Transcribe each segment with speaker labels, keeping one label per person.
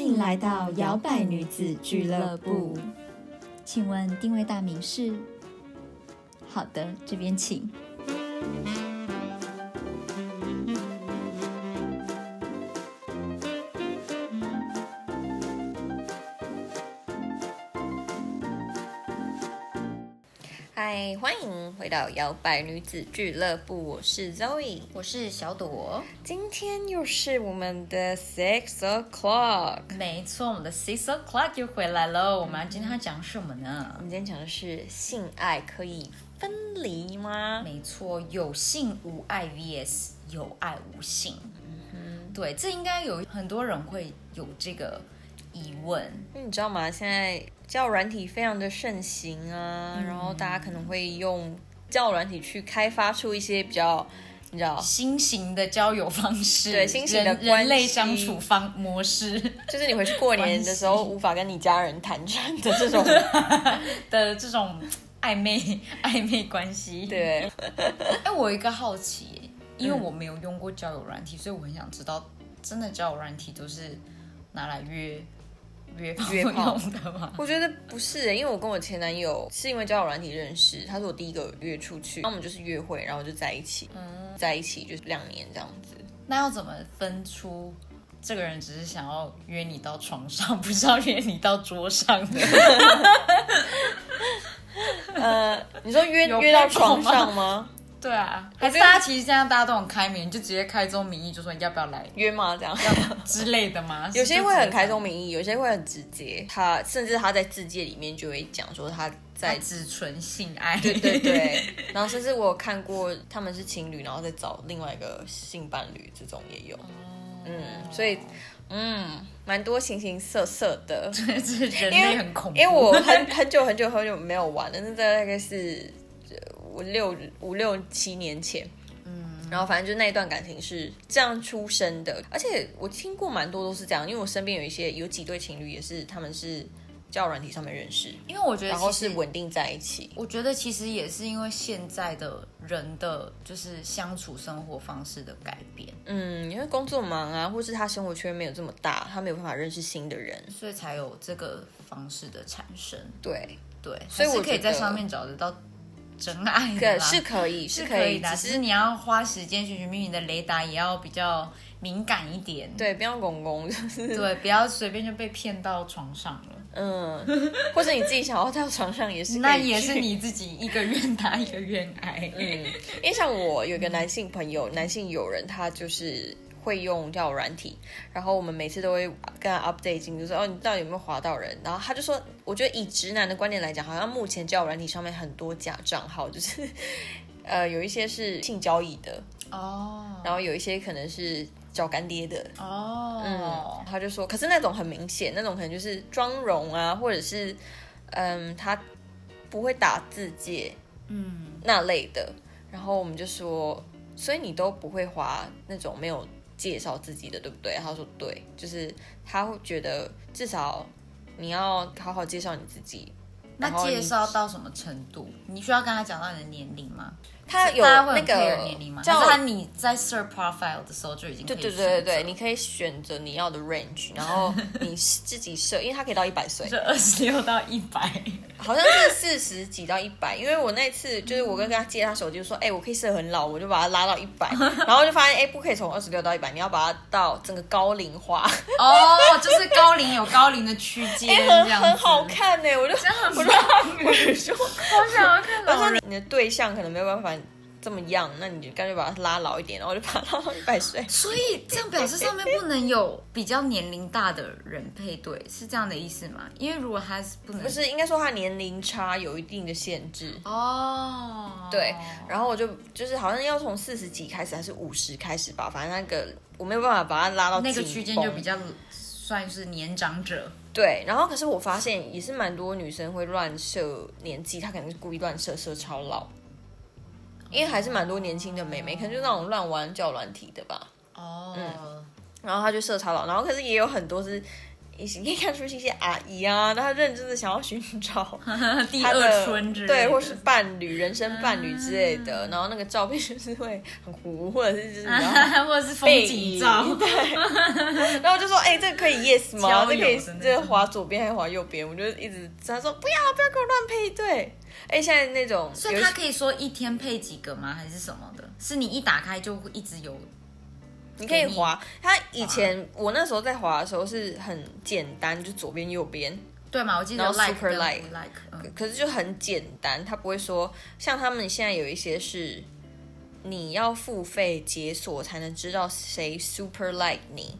Speaker 1: 迎来到摇摆女子俱乐部。请问定位大名是？好的，这边请。
Speaker 2: 嗨，欢迎回到摇摆女子俱乐部，我是 Zoe。
Speaker 1: 我是小朵，
Speaker 2: 今天又是我们的 Six O'clock，
Speaker 3: 没错，我们的 Six O'clock 又回来喽。我们今天要讲什么
Speaker 2: 我
Speaker 3: 呢？
Speaker 2: 们今天讲的是性爱可以分离吗？
Speaker 3: 没错，有性无爱 VS 有爱无性。
Speaker 2: 嗯
Speaker 3: 对，这应该有很多人会有这个疑问。
Speaker 2: 因为嗯你知道吗？现在交友软体非常的盛行啊，然后大家可能会用交友软体去开发出一些比较，你 知道，
Speaker 3: 新型的交友方式，
Speaker 2: 哦对新型的
Speaker 3: 人
Speaker 2: 关
Speaker 3: 人
Speaker 2: 系
Speaker 3: 类相处方模式
Speaker 2: 就是你回去过年的时候
Speaker 3: 关系
Speaker 2: 无法跟你家人谈成的这种，
Speaker 3: 的这种暧昧 暧昧关系。，
Speaker 2: 对，
Speaker 3: 哎，我有一个好奇耶，因
Speaker 2: 嗯
Speaker 3: 为我没有用过交友软体，所以我很想知道，真的交友软体都是拿来约约炮
Speaker 2: 约炮
Speaker 3: 用的吗？
Speaker 2: 我觉得不是、欸，因为我跟我前男友是因为交友软体认识，他是我第一个约出去，那我们就是约会，然后就在一起，
Speaker 3: 嗯
Speaker 2: 在一起就是两年这样子。
Speaker 3: 那要怎么分出这个人只是想要约你到床上，不是要约你到桌上 的？
Speaker 2: 呃，你说约
Speaker 3: 有
Speaker 2: 约到
Speaker 3: 开放
Speaker 2: 床
Speaker 3: 吗
Speaker 2: 上吗？
Speaker 3: 对啊，还是
Speaker 2: 我觉得
Speaker 3: 大家其实现在大家都很开明，就直接开宗明义就说要不要来
Speaker 2: 约吗？这样，
Speaker 3: 之类的吗？
Speaker 2: 有些
Speaker 3: 是
Speaker 2: 会很
Speaker 3: 这种
Speaker 2: 开宗明义，有些会很直接。他甚至他在字界里面就会讲说他在
Speaker 3: 他只纯性爱，
Speaker 2: 对对 对，然后甚至我有看过他们是情侣，然后再找另外一个性伴侣，这种也有。
Speaker 3: 哦
Speaker 2: 嗯，所以嗯，蛮多形形色色的。
Speaker 3: 对，这人
Speaker 2: 因为
Speaker 3: 类很恐怖。
Speaker 2: 因为我很很久很久很久没有玩了，那大概是呃五六五六七年前。嗯，然后反正就那一段感情是这样出生的，而且我听过蛮多都是这样，因为我身边有一些有几对情侣也是他们是交友软体上面认识，
Speaker 3: 因为我觉得
Speaker 2: 然后
Speaker 3: 其实
Speaker 2: 是稳定在一起。
Speaker 3: 我觉得其实也是因为现在的人的就是相处生活方式的改变，
Speaker 2: 嗯，因为工作忙啊，或是他生活圈没有这么大，他没有办法认识新的人。
Speaker 3: 所以才有这个方式的产生。
Speaker 2: 对，
Speaker 3: 对，
Speaker 2: 所以
Speaker 3: 还是
Speaker 2: 我
Speaker 3: 可以
Speaker 2: 觉
Speaker 3: 在
Speaker 2: 得
Speaker 3: 上面找得到真爱的
Speaker 2: 可
Speaker 3: 啦，
Speaker 2: 是可以，
Speaker 3: 是
Speaker 2: 可
Speaker 3: 可以的啊，
Speaker 2: 只
Speaker 3: 只
Speaker 2: 是
Speaker 3: 是你要花时间寻寻觅觅，你的雷达也要比较敏感一点，
Speaker 2: 对，不要拱拱，就是
Speaker 3: 对，不要随便就被骗到床上了，
Speaker 2: 嗯， 或者你自己想要到床上也是，
Speaker 3: 那也是。你自己一个愿打一个愿挨。
Speaker 2: 嗯，因为像我有一个男性朋友，男性友人，他就是会用叫软体，然后我们每次都会跟他 update 进度，就说哦，你到底有没有滑到人？然后他就说，我觉得以直男的观点来讲，好像目前交友软体上面很多假账号，就是 呃有一些是性交易的，
Speaker 3: 哦
Speaker 2: 然后有一些可能是找干爹的，
Speaker 3: 哦
Speaker 2: 嗯，，他就说，可是那种很明显，那种可能就是妆容啊，或者是嗯，他不会打字界
Speaker 3: 嗯，
Speaker 2: 那类的。然后我们就说，所以你都不会划那种没有介绍自己的，对不对？他说对，就是他会觉得至少你要好好介绍你自己。
Speaker 3: 那
Speaker 2: 然后
Speaker 3: 介
Speaker 2: 你
Speaker 3: 绍到什么程度？你需要跟他讲到你的年龄吗？
Speaker 2: 他有
Speaker 3: 大家会
Speaker 2: 那
Speaker 3: 很 care
Speaker 2: 个
Speaker 3: 年龄吗？
Speaker 2: 叫
Speaker 3: 还是他你在 search profile 的时候就已经可
Speaker 2: 对
Speaker 3: 以
Speaker 2: 对对对对，
Speaker 3: 选择
Speaker 2: 你可以选择你要 的 range，然后你自己设，因为他可以到一百岁。
Speaker 3: 就二十六到一 百。
Speaker 2: 好像是四十几到一百，因为我那次就是我跟他借他手机，就说，哎、我可以设很老，我就把它拉到一百， 然后就发现，哎、不可以从二十六到一百，你要把它到整个高龄化，
Speaker 3: 哦，就是高龄有高龄的区间，
Speaker 2: 哎、
Speaker 3: 这
Speaker 2: 很
Speaker 3: 样
Speaker 2: 很
Speaker 3: 子
Speaker 2: 好，看呢、我 就
Speaker 3: 真的很
Speaker 2: 我
Speaker 3: 棒
Speaker 2: 说，我就说，
Speaker 3: 好想要看哦
Speaker 2: 我说
Speaker 3: 人。
Speaker 2: 你的对象可能没有办法这么样，那你就干脆把它拉老一点，然后我就把它拉到一百 岁。
Speaker 3: 所以这样表示上面不能有比较年龄大的人配对，是这样的意思吗？因为如果他是不能，
Speaker 2: 不是，应该说他年龄差有一定的限制。
Speaker 3: 哦，
Speaker 2: 对，然后我就就是好像要从四十几开始还是五十开始吧，反正那个我没有办法把它拉到
Speaker 3: 那个
Speaker 2: 紧
Speaker 3: 区间
Speaker 2: 绷
Speaker 3: 就比较算是年长者，
Speaker 2: 对，然后可是我发现也是蛮多女生会乱设年纪，她可能是故意乱设设超老，因为还是蛮多年轻的妹妹，可能就那种乱玩叫软体的吧，
Speaker 3: 哦，
Speaker 2: 然后她就设超老，然后可是也有很多是也是可以看出是一些阿姨啊，然后认真的想要寻找
Speaker 3: 第
Speaker 2: 嗯他
Speaker 3: 二
Speaker 2: 的
Speaker 3: 春之类的，啊
Speaker 2: 对，或是伴侣、人生伴侣之类的。然后那个照片就是会很糊，或者 是就是然 后
Speaker 3: 或者是风
Speaker 2: 背
Speaker 3: 景
Speaker 2: 影
Speaker 3: 照，
Speaker 2: 对。然后就说，哎、这个可以 yes 吗？
Speaker 3: 交
Speaker 2: 这
Speaker 3: 友
Speaker 2: 可以
Speaker 3: 的那
Speaker 2: 这
Speaker 3: 种
Speaker 2: 滑左边还是滑右边？我就一直他说不要不要跟我乱配对。哎、现在那种
Speaker 3: 所以
Speaker 2: 有
Speaker 3: 他可以说一天配几个吗？还是什么的？是你一打开就会一直有
Speaker 2: 你可以
Speaker 3: 嗯
Speaker 2: 滑。他以前我那时候在滑的时候是很简单，就左边右边。
Speaker 3: 对吗？我记得
Speaker 2: 然
Speaker 3: 有
Speaker 2: 后
Speaker 3: like
Speaker 2: super
Speaker 3: 跟不
Speaker 2: like
Speaker 3: like，嗯，
Speaker 2: 可是就很简单，他不会说像他们现在有一些是你要付费解锁才能知道谁 super like 你，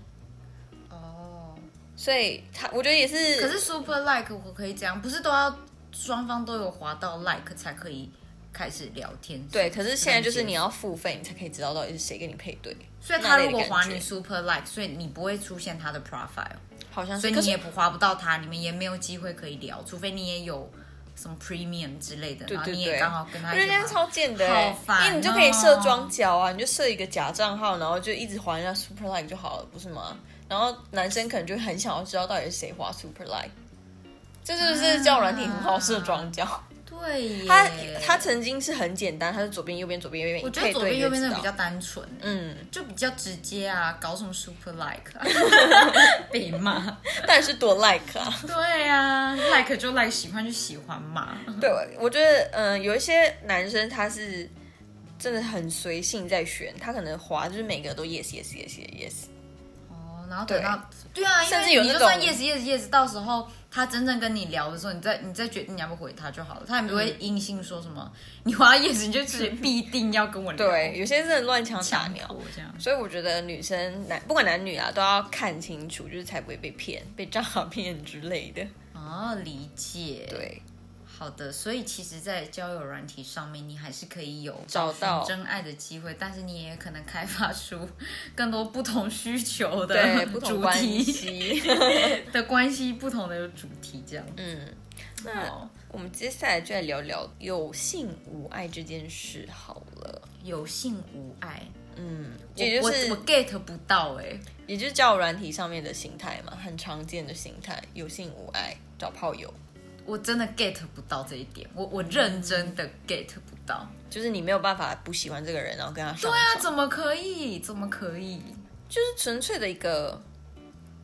Speaker 3: 哦，
Speaker 2: 所以他我觉得也是，
Speaker 3: 可是 super like 我可以这样，不是都要双方都有滑到 like 才可以开始聊天？
Speaker 2: 对，可是现在就是
Speaker 3: 能
Speaker 2: 你
Speaker 3: 解
Speaker 2: 要付费，你才可以知道到底是谁跟你配对，
Speaker 3: 所以他如果
Speaker 2: 那类的
Speaker 3: 滑
Speaker 2: 感觉
Speaker 3: 你 super like，所以你不会出现他的 profile，
Speaker 2: 好像是，
Speaker 3: 所以
Speaker 2: 可
Speaker 3: 你
Speaker 2: 是
Speaker 3: 也不滑不到他，你们也没有机会可以聊，除非你也有什么 premium 之类的，
Speaker 2: 对
Speaker 3: 然后
Speaker 2: 对
Speaker 3: 你
Speaker 2: 对
Speaker 3: 也刚好跟
Speaker 2: 我
Speaker 3: 他
Speaker 2: 觉得
Speaker 3: 一
Speaker 2: 这样
Speaker 3: 起滑。
Speaker 2: 超贱的、欸
Speaker 3: 好烦
Speaker 2: 因为你就可以设
Speaker 3: 哦
Speaker 2: 装脚啊，你就设一个假账号，然后就一直划人家 super like 就好了，不是吗？然后男生可能就很想要知道到底是谁划 super like，这就是叫软体很好设装脚。
Speaker 3: 啊对耶，
Speaker 2: 他他曾经是很简单，他是左边右边左边右边，
Speaker 3: 我觉得
Speaker 2: 一配
Speaker 3: 左
Speaker 2: 对
Speaker 3: 边
Speaker 2: 你
Speaker 3: 右
Speaker 2: 就
Speaker 3: 边那
Speaker 2: 知
Speaker 3: 个
Speaker 2: 道
Speaker 3: 比较单纯，
Speaker 2: 嗯，
Speaker 3: 就比较直接啊，搞什么 super like，、啊、 被骂。
Speaker 2: 但是多 like 啊。
Speaker 3: 对啊，like 就 like，喜欢就喜欢嘛。
Speaker 2: 对，我觉得嗯、呃有一些男生他是真的很随性在选，他可能滑就是每个都 yes yes yes yes yes，
Speaker 3: 哦，然后等到对啊，因
Speaker 2: 甚至
Speaker 3: 为
Speaker 2: 有
Speaker 3: 你
Speaker 2: 那
Speaker 3: 就算
Speaker 2: 种
Speaker 3: yes yes yes，到时候他真正跟你聊的时候，你再你再决定你要不要回他就好了，他也不会
Speaker 2: 嗯
Speaker 3: 硬性说什么、你滑 yes 你就直接必定要跟我聊，
Speaker 2: 对，，有些真的乱枪打
Speaker 3: 强
Speaker 2: 鸟。
Speaker 3: 迫这样。
Speaker 2: 所以我觉得女生男不管男女啊，都要看清楚，就是才不会被骗、被诈骗之类的。
Speaker 3: 哦，理解。，
Speaker 2: 对，
Speaker 3: 好的，所以其实，在交友软体上面，你还是可以有
Speaker 2: 找到
Speaker 3: 寻真爱的机会，但是你也可能开发出更多不同需求的
Speaker 2: 对，不同
Speaker 3: 主
Speaker 2: 关
Speaker 3: 题
Speaker 2: 系。
Speaker 3: 的关系，不同的主题这样。哦
Speaker 2: 嗯，
Speaker 3: 好，
Speaker 2: 我们接下来就来聊聊有性无爱这件事好了。
Speaker 3: 有性无爱，
Speaker 2: 嗯，
Speaker 3: 我
Speaker 2: 也就
Speaker 3: 我
Speaker 2: 是
Speaker 3: 我 get 不到哎、
Speaker 2: 也就是交友软体上面的形态嘛，很常见的形态，有性无爱，找炮友，
Speaker 3: 我真的 get 不到这一点，我我认真的 get 不到。
Speaker 2: 就是你没有办法不喜欢这个人，然后跟他
Speaker 3: 对
Speaker 2: 上
Speaker 3: 啊，
Speaker 2: 床，
Speaker 3: 怎么可以？怎么可以？
Speaker 2: 就是纯粹的一个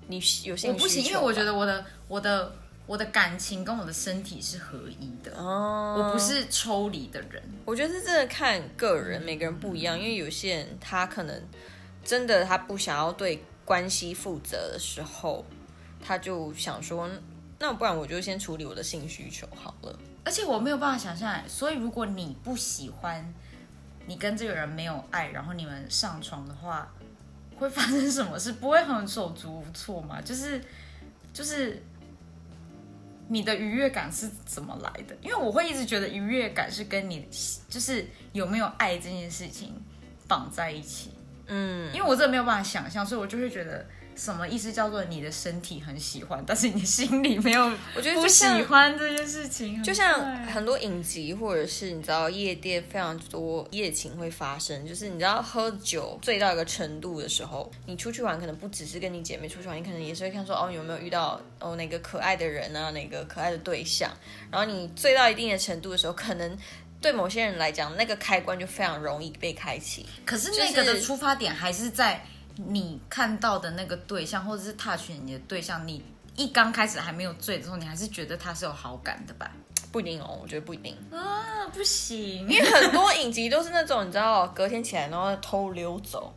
Speaker 2: 你有性
Speaker 3: 我不行，
Speaker 2: 需
Speaker 3: 因
Speaker 2: 求
Speaker 3: 为我觉
Speaker 2: 吧
Speaker 3: 得我的我的我的感情跟我的身体是合一的。
Speaker 2: 哦，
Speaker 3: 我不，是抽离的人，
Speaker 2: 我觉得是真的看个人，每个人不一样，因为有些人他可能真的他不想要对关系负责的时候，他就想说，那不然我就先处理我的性需求好了。
Speaker 3: 而且我没有办法想象。欸所以如果你不喜欢，你跟这个人没有爱，然后你们上床的话，会发生什么事？不会很手足无措吗？就是就是。你的愉悦感是怎么来的？因为我会一直觉得愉悦感是跟你就是有没有爱这件事情绑在一起，
Speaker 2: 嗯，
Speaker 3: 因为我真的没有办法想象，所以我就会觉得什么意思叫做你的身体很喜欢，但是你的心里没有
Speaker 2: 我觉得
Speaker 3: 不
Speaker 2: 就
Speaker 3: 喜
Speaker 2: 像
Speaker 3: 欢这件事情，
Speaker 2: 就像很多影集或者是你知道夜店非常多夜情会发生，就是你知道喝酒醉到一个程度的时候，你出去玩可能不只是跟你姐妹出去玩，你可能也是会看说哦有没有遇到哦哪个可爱的人啊，哪个可爱的对象，然后你醉到一定的程度的时候，可能对某些人来讲，那个开关就非常容易被开启。
Speaker 3: 可是
Speaker 2: 就
Speaker 3: 那个的
Speaker 2: 是
Speaker 3: 出发点还是在你看到的那个对象，或者是 touch 你的对象，你一刚开始还没有醉的时候，你还是觉得他是有好感的吧？
Speaker 2: 不一定哦，我觉得不一定。
Speaker 3: 啊，不行，
Speaker 2: 因为很多影集都是那种你知道隔天起来然后偷溜走，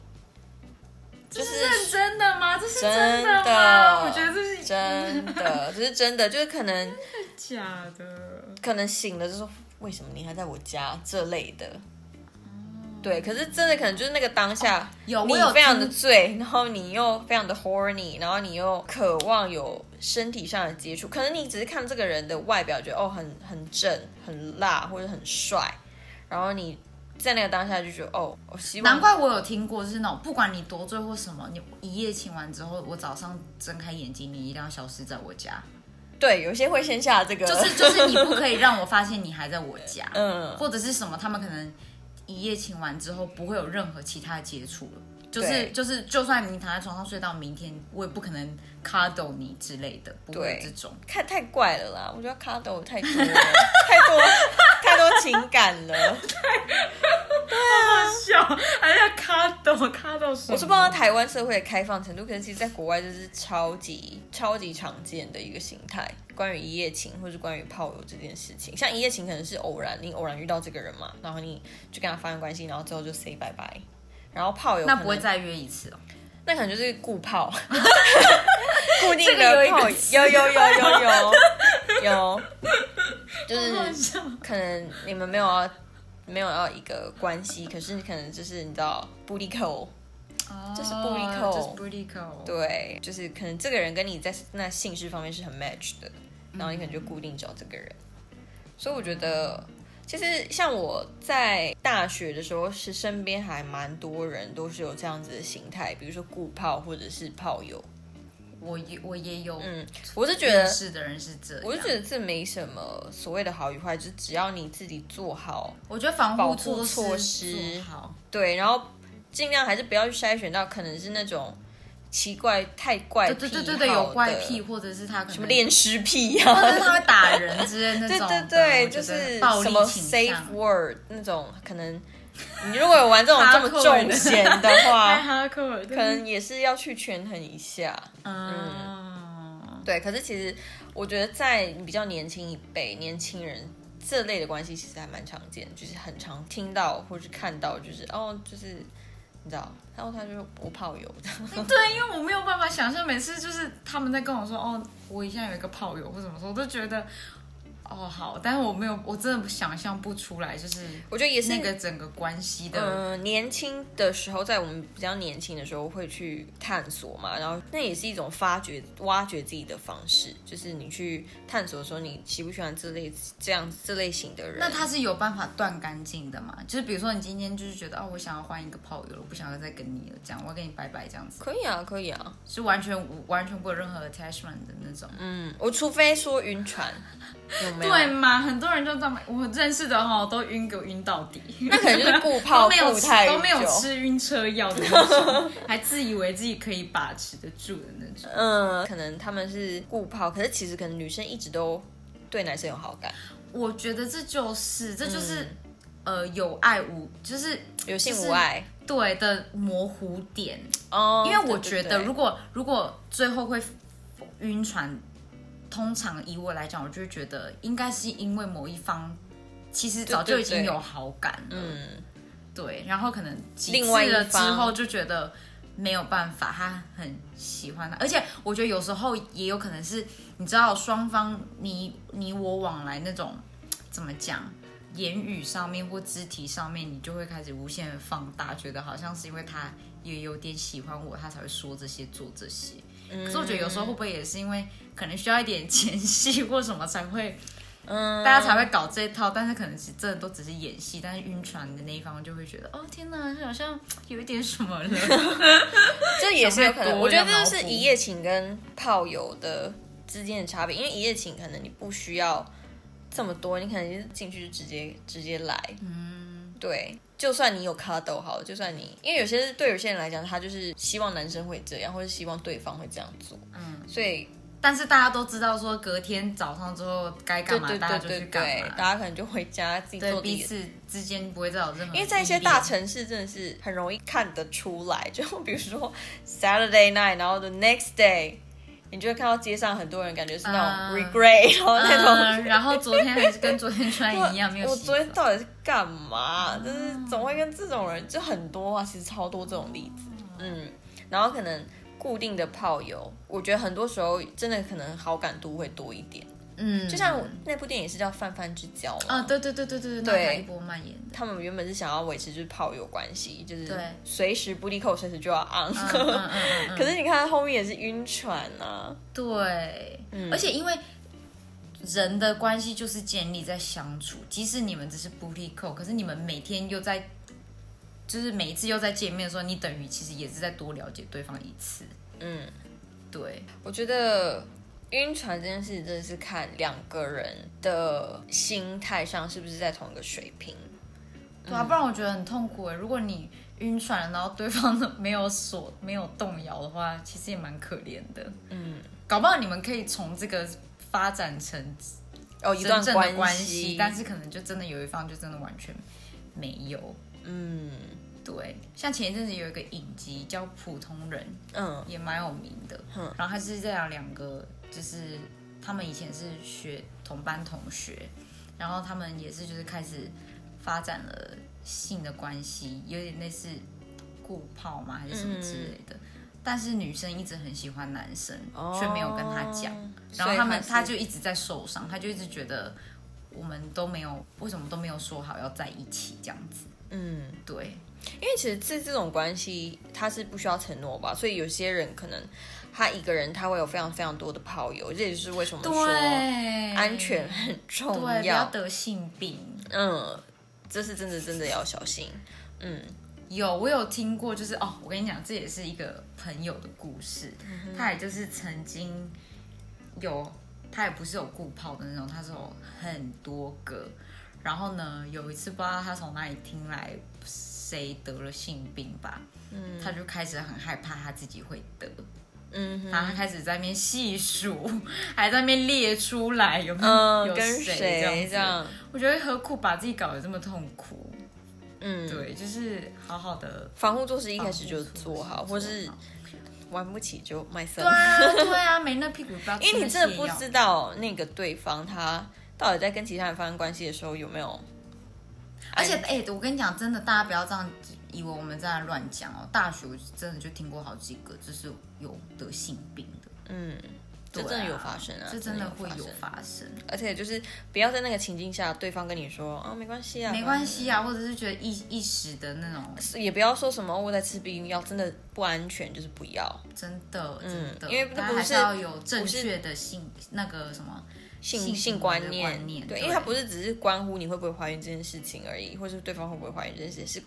Speaker 3: 这
Speaker 2: 就是
Speaker 3: 是认真的吗？这是
Speaker 2: 真
Speaker 3: 的吗？
Speaker 2: 的
Speaker 3: 我觉得这是
Speaker 2: 真的，这是真的，就是可能
Speaker 3: 假的。
Speaker 2: 可能醒了就说为什么你还在我家这类的。对，可是真的可能就是那个当下，
Speaker 3: 有嗯
Speaker 2: 你
Speaker 3: 哦我有
Speaker 2: 非常的
Speaker 3: 听
Speaker 2: 醉，然后你又非常的 horny，然后你又渴望有身体上的接触。可能你只是看这个人的外表，觉得哦很很正、很辣或者很帅，然后你在那个当下就觉得哦，我希望
Speaker 3: 难怪我有听过，就是那种不管你多醉或什么，你一夜情完之后，我早上睁开眼睛，你一定要消失在我家，
Speaker 2: 对，有些会先下这个，
Speaker 3: 就是就是你不可以让我发现你还在我家，
Speaker 2: 嗯
Speaker 3: 或者是什么，他们可能一夜情完之后不会有任何其他接触了，就是
Speaker 2: 对
Speaker 3: 就是，就算你躺在床上睡到明天，我也不可能 cuddle 你之类的，不会有
Speaker 2: 对
Speaker 3: 这种。
Speaker 2: 看太怪了啦，我觉得卡斗太多了，太多太多情感了。
Speaker 3: 笑，还要 cuddle cuddle 什么
Speaker 2: 我是不知道台湾社会的开放程度，可是其实在国外就是超级超级常见的一个形态。关于一夜情，或是关于炮友这件事情，像一夜情可能是偶然，你偶然遇到这个人嘛，然后你就跟他发生关系，然后之后就 say 拜拜。然后炮友
Speaker 3: 那
Speaker 2: 可能
Speaker 3: 不会再约一次哦。
Speaker 2: 那可能就是固 炮，固定
Speaker 3: 这个有
Speaker 2: 的
Speaker 3: 一个
Speaker 2: 炮，
Speaker 3: 词
Speaker 2: 有有有有有 有，就是
Speaker 3: 笑，
Speaker 2: 可能你们没有要没有要一个关系，可是你可能就是你知道 booty call，
Speaker 3: 这
Speaker 2: 是 booty call
Speaker 3: 哦这是 booty call。
Speaker 2: 对，就是可能这个人跟你在那性事方面是很 match 的，然后你可能就固定找这个人。所以我觉得，其实像我在大学的时候，是身边还蛮多人都是有这样子的形态，比如说固炮或者是炮友。
Speaker 3: 我也我也有，
Speaker 2: 嗯，我是觉得
Speaker 3: 认识的人是这样。
Speaker 2: 我就觉得这没什么所谓的好与坏，就是只要你自己做好，
Speaker 3: 我觉得防
Speaker 2: 保
Speaker 3: 护
Speaker 2: 护
Speaker 3: 措施
Speaker 2: 措施
Speaker 3: 做好，
Speaker 2: 对，然后尽量还是不要去筛选到可能是那种奇怪、太怪
Speaker 3: 对
Speaker 2: 癖
Speaker 3: 对对对对，
Speaker 2: 好的
Speaker 3: 有怪癖，或者是他可能
Speaker 2: 什么恋尸癖呀、
Speaker 3: 或者是他会打人之类的那
Speaker 2: 对
Speaker 3: 种
Speaker 2: 对
Speaker 3: 的，
Speaker 2: 对，
Speaker 3: 我觉
Speaker 2: 就
Speaker 3: 得
Speaker 2: 是
Speaker 3: 暴
Speaker 2: 什么
Speaker 3: 力倾
Speaker 2: safe
Speaker 3: 向。
Speaker 2: word 那种，可 能你如果有玩这种这么
Speaker 3: Hardcore
Speaker 2: 重
Speaker 3: 的
Speaker 2: 险的 话，
Speaker 3: 哈克尔，可
Speaker 2: 可能也是要去权衡一下。
Speaker 3: 嗯，
Speaker 2: 对，可是其实我觉得在比较年轻一辈、年轻人这类的关系，其实还蛮常见，就是很常听到或是看到，就是哦，就是你知道，然后他就说我炮友，
Speaker 3: 对，因为我没有办法想象，每次就是他们在跟我说哦，我现在有一个炮友或什么时候，我都觉得哦好，但是我没有，我真的想象不出来，就是
Speaker 2: 我觉得也是
Speaker 3: 那个整个关系的，
Speaker 2: 嗯、年轻的时候，在我们比较年轻的时候会去探索嘛，然后那也是一种发掘、挖掘自己的方式，就是你去探索说你喜不喜欢这类这样这类型的人。
Speaker 3: 那他是有办法断干净的嘛？就是比如说你今天就是觉得哦，我想要换一个炮友了，我不想要再跟你了，这样我要跟你拜拜这样子，
Speaker 2: 可以啊，可以啊，
Speaker 3: 是完全无完全不会有任何 attachment 的那种。
Speaker 2: 嗯，我除非说 晕船，有没有？
Speaker 3: 对嘛？很多人就这么，我认识的哈、都晕给我晕到底，
Speaker 2: 那可能就是固
Speaker 3: 都
Speaker 2: 泡
Speaker 3: 没有
Speaker 2: 固
Speaker 3: 吃
Speaker 2: 太久，
Speaker 3: 都没有吃晕车药的那 种，还自以为自己可以把持得住的那种。
Speaker 2: 嗯，可能他们是固泡，可是其实可能女生一直都对男生有好感，
Speaker 3: 我觉得这就是这就是、
Speaker 2: 嗯
Speaker 3: 呃有爱无就是
Speaker 2: 有性无爱
Speaker 3: 对的模糊点，
Speaker 2: 哦。
Speaker 3: 因为我觉得如
Speaker 2: 果
Speaker 3: 果如果最后会晕船，通常以我来讲，我就会觉得应该是因为某一方其实早就已经
Speaker 2: 对对对
Speaker 3: 有好感了。
Speaker 2: 嗯，
Speaker 3: 对，然后可能几
Speaker 2: 另外
Speaker 3: 次
Speaker 2: 一
Speaker 3: 了之
Speaker 2: 方
Speaker 3: 后就觉得没有办法，他很喜欢他，而且我觉得有时候也有可能是你知道双方你你我往来那种怎么讲？言语上面或肢体上面，你就会开始无限的放大，觉得好像是因为他也有点喜欢我，他才会说这些、做这些。可是我觉得有时候会不会也是因为可能需要一点 前戏或什么才会
Speaker 2: 嗯，
Speaker 3: 大家才会搞这一套，但是可能其实真的都只是演戏，但是晕船的那一方就会觉得，哦天哪，好像有一点什么 了。
Speaker 2: 这也是有可
Speaker 3: 想太
Speaker 2: 能。
Speaker 3: 多
Speaker 2: 我觉得
Speaker 3: 要
Speaker 2: 这
Speaker 3: 脑
Speaker 2: 就是
Speaker 3: 补
Speaker 2: 一夜情跟炮友的之间的差别，因为一夜情可能你不需要这么多，你可能就是进去就直接直接来，
Speaker 3: 嗯，
Speaker 2: 对。就算你有 cuddle 好了，就算你，因为有些是对有些人来讲，他就是希望男生会这样，或者希望对方会这样做，
Speaker 3: 嗯，
Speaker 2: 所以
Speaker 3: 但是大家都知道说隔天早上之后该干嘛，
Speaker 2: 对对
Speaker 3: 大家
Speaker 2: 对
Speaker 3: 就
Speaker 2: 对
Speaker 3: 去
Speaker 2: 对，
Speaker 3: 干
Speaker 2: 大
Speaker 3: 嘛。
Speaker 2: 家可能就回家自己
Speaker 3: 对
Speaker 2: 做自己
Speaker 3: 彼
Speaker 2: 的
Speaker 3: 此之间不会再有任何，
Speaker 2: 因为在一些大，城市真的是很容易看得出来，就 比如说 Saturday night，然后 the next day，你就会看到街上很多人感觉是那
Speaker 3: 嗯
Speaker 2: 种 regret，、然后那种、
Speaker 3: 嗯，然后昨天还是跟昨天穿一样，没有嗯洗
Speaker 2: 我昨天
Speaker 3: 澡
Speaker 2: 到底是干嘛？就是总会跟这种人就很多啊，其实超多这种例子。嗯，然后可能固定的炮友，我觉得很多时候真的可能好感度会多一点。
Speaker 3: 嗯，
Speaker 2: 就像那部电影是叫《泛泛之交》嘛，
Speaker 3: 啊，对对对对对
Speaker 2: 对
Speaker 3: 那一波蔓延的，
Speaker 2: 他们原本是想要维持就是炮友关系，就是
Speaker 3: 对
Speaker 2: 随时不立扣，随时就要 on。
Speaker 3: 嗯嗯嗯嗯嗯，
Speaker 2: 可是你看后面也是晕船啊，
Speaker 3: 对，
Speaker 2: 嗯
Speaker 3: 而且因为人的关系就是建立在相处，即使你们只是 booty call，可是你们每天又在，就是每一次又在见面的时候，你等于其实也是在多了解对方一次。
Speaker 2: 嗯，
Speaker 3: 对，
Speaker 2: 我觉得晕船这件事真的是看两个人的心态上是不是在同一个水平。嗯
Speaker 3: 对啊，不然我觉得很痛苦哎。如果你晕船，然后对方都没有锁、没有动摇的话，其实也蛮可怜的。
Speaker 2: 嗯，
Speaker 3: 搞不好你们可以从这个发展成
Speaker 2: 哦，一段
Speaker 3: 真正的
Speaker 2: 关
Speaker 3: 系，但是可能就真的有一方就真的完全没有。
Speaker 2: 嗯
Speaker 3: 对，像前一阵子有一个影集叫《普通人》，
Speaker 2: 嗯
Speaker 3: 也蛮有名的。
Speaker 2: 嗯
Speaker 3: 然后他是这样两个，就是他们以前是学同班同学，然后他们也是就是开始发展了性的关系，有点类似顾泡嘛还是什么之
Speaker 2: 嗯
Speaker 3: 类的。但是女生一直很喜欢男生，
Speaker 2: 哦
Speaker 3: 却没有跟他讲。然后
Speaker 2: 所以
Speaker 3: 他们
Speaker 2: 还是
Speaker 3: 他就一直在受伤，他就一直觉得我们都没有为什么都没有说好要在一起这样子。
Speaker 2: 嗯，
Speaker 3: 对，
Speaker 2: 因为其实这这种关系它是不需要承诺吧，所以有些人可能他一个人他会有非常非常多的炮友，这也就是为什么说
Speaker 3: 对，
Speaker 2: 安全很重
Speaker 3: 嗯对，不要
Speaker 2: 要。
Speaker 3: 得性病。
Speaker 2: 嗯，这是真的真的要小心。嗯
Speaker 3: 有，我有听过，就是哦，我跟你讲，这也是一个朋友的故事，
Speaker 2: 嗯
Speaker 3: 他也就是曾经有，他也不是有固泡的那种，他是有很多个，然后呢，有一次不知道他从哪里听来谁得了性病吧，
Speaker 2: 嗯
Speaker 3: 他就开始很害怕他自己会得，
Speaker 2: 嗯哼，
Speaker 3: 然后他开始在那边细数，还在那边列出来有没有、
Speaker 2: 嗯，
Speaker 3: 有
Speaker 2: 跟
Speaker 3: 谁
Speaker 2: 谁
Speaker 3: 这样子，？我觉得何苦把自己搞得这么痛苦？
Speaker 2: 嗯，。
Speaker 3: 对，就是好好的。
Speaker 2: 防护措施一开始就做好，或是
Speaker 3: 做好
Speaker 2: 玩不起就卖身
Speaker 3: 对。啊，对啊，没那屁股 不要吃
Speaker 2: 因为你
Speaker 3: 那
Speaker 2: 真
Speaker 3: 泻
Speaker 2: 的不
Speaker 3: 药
Speaker 2: 知道那个对方他到底在跟其他人发生关系的时候有没有，
Speaker 3: 而且哎、我跟你讲，真的，大家不要这样以为我们在那乱讲哦。大学我真的就听过好几个，就是有得性病的，
Speaker 2: 嗯，这
Speaker 3: 对
Speaker 2: 真的有发生啊，
Speaker 3: 这真的会
Speaker 2: 有
Speaker 3: 有
Speaker 2: 生。
Speaker 3: 发生。
Speaker 2: 而且就是不要在那个情境下，对方跟你说啊没关系啊，
Speaker 3: 没关，系啊，或者是觉得一一时的那种，
Speaker 2: 也不要说什么哦我在吃避孕药，真的不安全，就是不要
Speaker 3: 真的
Speaker 2: 嗯
Speaker 3: 真的，
Speaker 2: 因为那
Speaker 3: 大家
Speaker 2: 不
Speaker 3: 还
Speaker 2: 是
Speaker 3: 要有正
Speaker 2: 不是
Speaker 3: 确的性那个什么
Speaker 2: 性
Speaker 3: 嗯性
Speaker 2: 性
Speaker 3: 行为
Speaker 2: 观
Speaker 3: 的
Speaker 2: 念，
Speaker 3: 观念
Speaker 2: 对，
Speaker 3: 对
Speaker 2: 因为它不是只是关乎你会不会怀孕这件事情而已，或是对方会不会怀孕这件事，是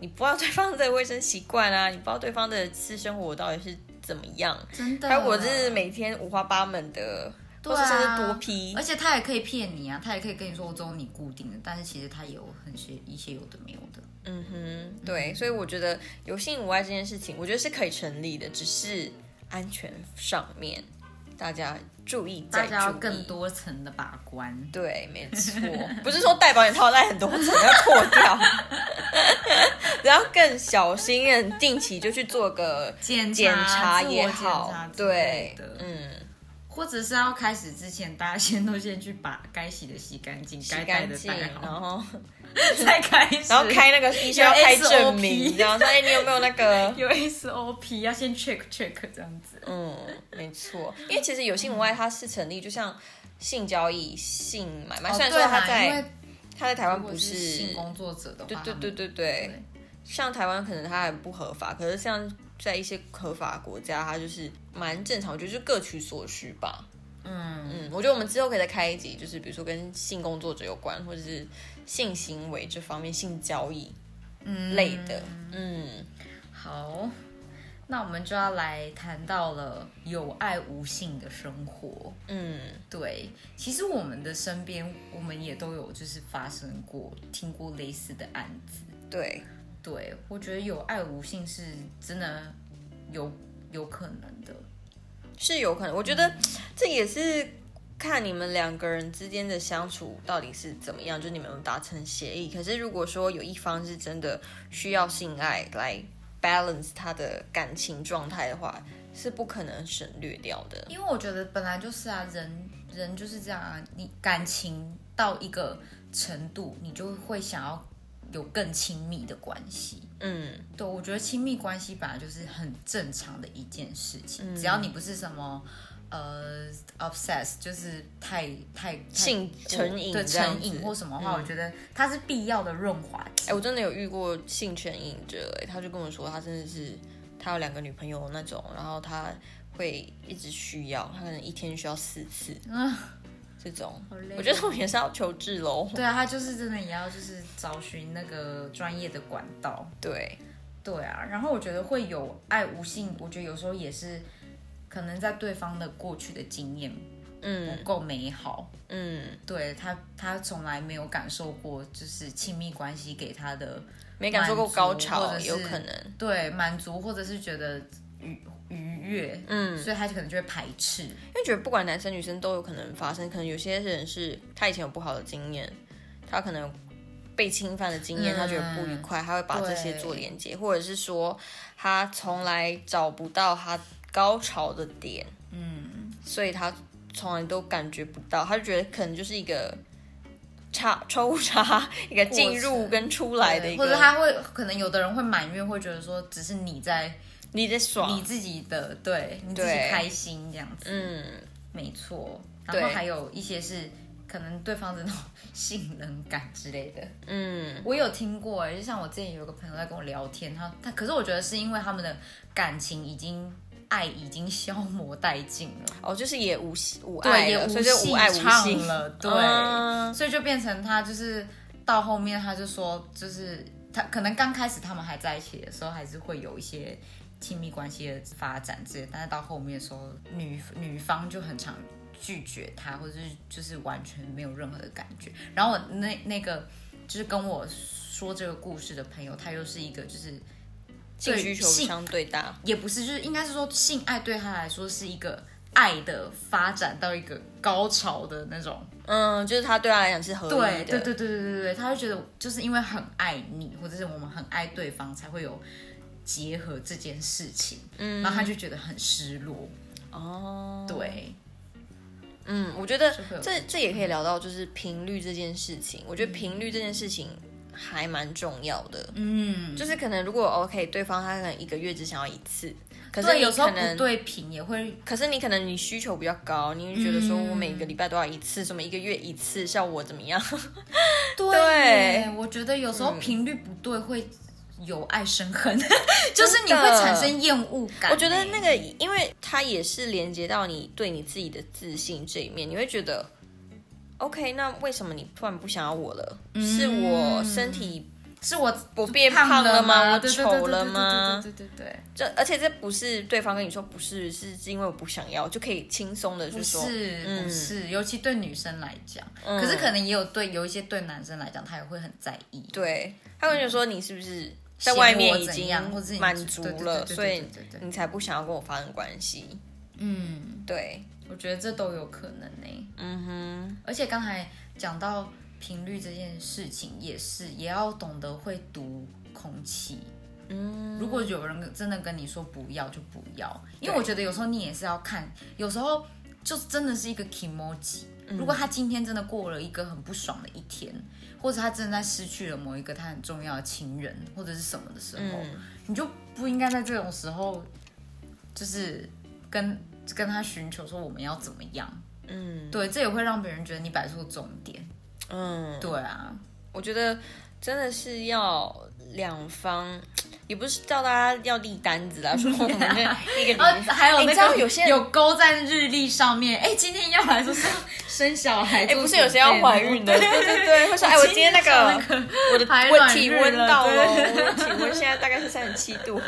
Speaker 2: 你不知道对方的卫生习惯啊，你不知道对方的私生活到底是怎么样。
Speaker 3: 真的。
Speaker 2: 他如果是每天五花八门的，
Speaker 3: 啊对
Speaker 2: 或是甚
Speaker 3: 啊
Speaker 2: 至多批
Speaker 3: 而，且他也可以骗你啊，他也可以跟你说我只有你固定的，但是其实他也有很些一些有的没有的。
Speaker 2: 嗯哼，对，所以我觉得有性无爱这件事情，我觉得是可以成立的，只是安全上面大家注意
Speaker 3: 大
Speaker 2: 再
Speaker 3: 家要
Speaker 2: 注意。
Speaker 3: 更多层的把关。
Speaker 2: 对，没错，不是说戴保险套戴很多层要破掉， 只要更小心，嗯，定期就去做个
Speaker 3: 检
Speaker 2: 检
Speaker 3: 查
Speaker 2: 查也好，对，
Speaker 3: 嗯，
Speaker 2: 嗯，
Speaker 3: 或者是要开始之前，大家先都先去把该洗的洗干净，
Speaker 2: 洗
Speaker 3: 该戴
Speaker 2: 干
Speaker 3: 的
Speaker 2: 净，
Speaker 3: 戴
Speaker 2: 然
Speaker 3: 好，
Speaker 2: 后
Speaker 3: 再开始，
Speaker 2: 然后开那个医生要开证明，
Speaker 3: SOP
Speaker 2: 这样说，哎，你有没有那个？
Speaker 3: 有 SOP 要先 check check 这样子。
Speaker 2: 嗯，没错，因为其实有性无爱它是成立，就像性交易、性买卖，
Speaker 3: 哦
Speaker 2: 虽然
Speaker 3: 对
Speaker 2: 说
Speaker 3: 啦
Speaker 2: 它
Speaker 3: 因
Speaker 2: 在
Speaker 3: 为
Speaker 2: 它在台湾
Speaker 3: 如果
Speaker 2: 不
Speaker 3: 是性工作者的话，
Speaker 2: 对对
Speaker 3: 他们
Speaker 2: 对对对，像台湾可能它还不合法，可是像在一些合法国家，它就是蛮正常，我觉得就各取所需吧。
Speaker 3: 嗯，
Speaker 2: 嗯，我觉得我们之后可以再开一集，就是比如说跟性工作者有关，或者是性行为这方面、性交易
Speaker 3: 嗯
Speaker 2: 类的。嗯，
Speaker 3: 好，那我们就要来谈到了有爱无性的生活。
Speaker 2: 嗯，
Speaker 3: 对，其实我们的身边，我们也都有就是发生过、听过类似的案子。
Speaker 2: 对，
Speaker 3: 对，我觉得有爱无性是真的有有可能的。
Speaker 2: 是有可能。我觉得这也是看你们两个人之间的相处到底是怎么样，就你们有达成协议。可是如果说有一方是真的需要性爱来 balance 他的感情状态的话，是不可能省略掉的。
Speaker 3: 因为我觉得本来就是啊，人人就是这样啊，你感情到一个程度，你就会想要有更亲密的关系。
Speaker 2: 嗯，
Speaker 3: 对，我觉得亲密关系本来就是很正常的一件事情，
Speaker 2: 嗯
Speaker 3: 只要你不是什么呃 obsess，就是太太太
Speaker 2: 性成瘾
Speaker 3: 对
Speaker 2: 这样
Speaker 3: 成
Speaker 2: 子嗯
Speaker 3: 瘾或什么话，我觉得它是必要的润滑剂。
Speaker 2: 哎、我真的有遇过性成瘾者、哎，他就跟我说，他真的是他有两个女朋友那种，然后他会一直需要，他可能一天需要四次
Speaker 3: 嗯，
Speaker 2: 这种
Speaker 3: 好累。
Speaker 2: 我觉得我也是要求治喽。
Speaker 3: 对啊，他就是真的也要就是找寻那个专业的管道。
Speaker 2: 对，
Speaker 3: 对啊，然后我觉得会有爱无性，我觉得有时候也是可能在对方的过去的经验
Speaker 2: 嗯
Speaker 3: 不够美好，
Speaker 2: 嗯
Speaker 3: 对他他从来没有感受过就是亲密关系给他的
Speaker 2: 没感受过高
Speaker 3: 满足
Speaker 2: 潮
Speaker 3: 或者，是
Speaker 2: 有可能。
Speaker 3: 对满足或者是觉得愉愉悦，
Speaker 2: 嗯，
Speaker 3: 所以他可能就会排斥。
Speaker 2: 因为觉得不管男生女生都有可能发生，可能有些人是他以前有不好的经验，他可能被侵犯的经验，
Speaker 3: 嗯
Speaker 2: 他觉得不愉快，他会把这些
Speaker 3: 对
Speaker 2: 做连接，或者是说他从来找不到他高潮的点，
Speaker 3: 嗯，
Speaker 2: 所以他从来都感觉不到，他就觉得可能就是一个差抽查一个进
Speaker 3: 过
Speaker 2: 入
Speaker 3: 程
Speaker 2: 跟出来的一
Speaker 3: 或者
Speaker 2: 个，
Speaker 3: 他会可能有的人会埋怨，会觉得说只是你在
Speaker 2: 你在
Speaker 3: 你
Speaker 2: 爽，
Speaker 3: 自己的对你自己
Speaker 2: 对
Speaker 3: 开心这样子，
Speaker 2: 嗯，
Speaker 3: 没错。然
Speaker 2: 对
Speaker 3: 后还有一些是可能对方的那种 性能感之类的，
Speaker 2: 嗯，
Speaker 3: 我有听过、欸，就像我之前有一个朋友在跟我聊天，他他可是我觉得是因为他们的感情已经爱已经消磨殆尽了，
Speaker 2: 哦，就是也无戏无爱
Speaker 3: 对，也
Speaker 2: 了，
Speaker 3: 无
Speaker 2: 所以就无
Speaker 3: 戏
Speaker 2: 爱无
Speaker 3: 唱
Speaker 2: 心，
Speaker 3: 了，对，
Speaker 2: 嗯
Speaker 3: 所以就变成他就是到后面他就说，就是他可能刚开始他们还在一起的时候，还是会有一些亲密关系的发展之类，但是到后面的时候，女女方就很常拒绝他，或者是就是完全没有任何的感觉。然后我那那个就是跟我说这个故事的朋友，他又是一个就是
Speaker 2: 性需求
Speaker 3: 性
Speaker 2: 相对大。
Speaker 3: 也不是，就是应该是说性爱对他来说是一个爱的发展到一个高潮的那种。
Speaker 2: 嗯，就是他对他来讲是合
Speaker 3: 对
Speaker 2: 理的，
Speaker 3: 对对对对对对，他会觉得就是因为很爱你，或者是我们很爱对方，才会有结合这件事情，
Speaker 2: 嗯，
Speaker 3: 然后他就觉得很失落。
Speaker 2: 哦，，
Speaker 3: 对，
Speaker 2: 嗯，我觉得
Speaker 3: 就会有
Speaker 2: 这这也可以聊到就是频率这件事情，我觉得频率这件事情还蛮重要的，
Speaker 3: 嗯，
Speaker 2: 就是可能如果 OK，对方他可能一个月只想要一次，可是
Speaker 3: 对，
Speaker 2: 你
Speaker 3: 有时候
Speaker 2: 可
Speaker 3: 不
Speaker 2: 能。
Speaker 3: 对频也会
Speaker 2: 可是你可能你需求比较高，你会觉得说
Speaker 3: 嗯
Speaker 2: 我每个礼拜都要一次，什么一个月一次，效果怎么样？
Speaker 3: 对，我觉得有时候
Speaker 2: 嗯
Speaker 3: 频率不对会有爱生恨， 就是你会产生厌恶感欸。
Speaker 2: 我觉得那个，因为它也是连接到你对你自己的自信这一面，你会觉得，OK，那为什么你突然不想要我了？是我身体
Speaker 3: 是我
Speaker 2: 我变
Speaker 3: 嗯胖
Speaker 2: 了
Speaker 3: 吗？
Speaker 2: 我
Speaker 3: 对对
Speaker 2: 丑了吗？
Speaker 3: 对对对对对对
Speaker 2: 这而且这不是对方跟你说不是，是因为我不想要，就可以轻松的
Speaker 3: 不
Speaker 2: 就是说，嗯
Speaker 3: 不是，尤其对女生来讲，可是可能也有对有一些对男生来讲，他也会很在意。
Speaker 2: 对，他跟你说你是不是在
Speaker 3: 嫌
Speaker 2: 外
Speaker 3: 我
Speaker 2: 面已
Speaker 3: 怎
Speaker 2: 经
Speaker 3: 样或者你
Speaker 2: 满
Speaker 3: 对
Speaker 2: 足
Speaker 3: 对对
Speaker 2: 了，
Speaker 3: 对对
Speaker 2: 所以
Speaker 3: 对对对
Speaker 2: 你才不想要跟我发生关系。
Speaker 3: 嗯，
Speaker 2: 对，
Speaker 3: 我觉得这都有可能呢、
Speaker 2: 嗯哼，
Speaker 3: 而且刚才讲到频率这件事情，也是也要懂得会读空气。
Speaker 2: 嗯，
Speaker 3: 如果有人真的跟你说不要就不要，因为
Speaker 2: 对
Speaker 3: 我觉得有时候你也是要看，有时候就真的是一个 emoji。如
Speaker 2: 嗯
Speaker 3: 果他今天真的过了一个很不爽的一天，或者他真的在失去了某一个他很重要的亲人或者是什么的时候，
Speaker 2: 嗯
Speaker 3: 你就不应该在这种时候，就是跟跟他寻求说我们要怎么样。
Speaker 2: 嗯
Speaker 3: 对，这也会让别人觉得你摆错重点。
Speaker 2: 嗯，
Speaker 3: 对啊，
Speaker 2: 我觉得真的是要两方，也不是叫大家要立单子啦，说我 们这一个
Speaker 3: 啊，
Speaker 2: 礼
Speaker 3: 还有
Speaker 2: 哎
Speaker 3: 那
Speaker 2: 你知道
Speaker 3: 个
Speaker 2: 有些人
Speaker 3: 有勾在日历上面，哎，今天要来 说是要生小孩，
Speaker 2: 哎、
Speaker 3: 做
Speaker 2: 不是
Speaker 3: 准
Speaker 2: 有些要
Speaker 3: 备
Speaker 2: 怀孕的，对对对，会 说哎，我今天那 个我的
Speaker 3: 排
Speaker 2: 我
Speaker 3: 卵
Speaker 2: 体
Speaker 3: 日
Speaker 2: 温
Speaker 3: 了
Speaker 2: 到了，
Speaker 3: 对
Speaker 2: 我体温现在大概是三十七 度。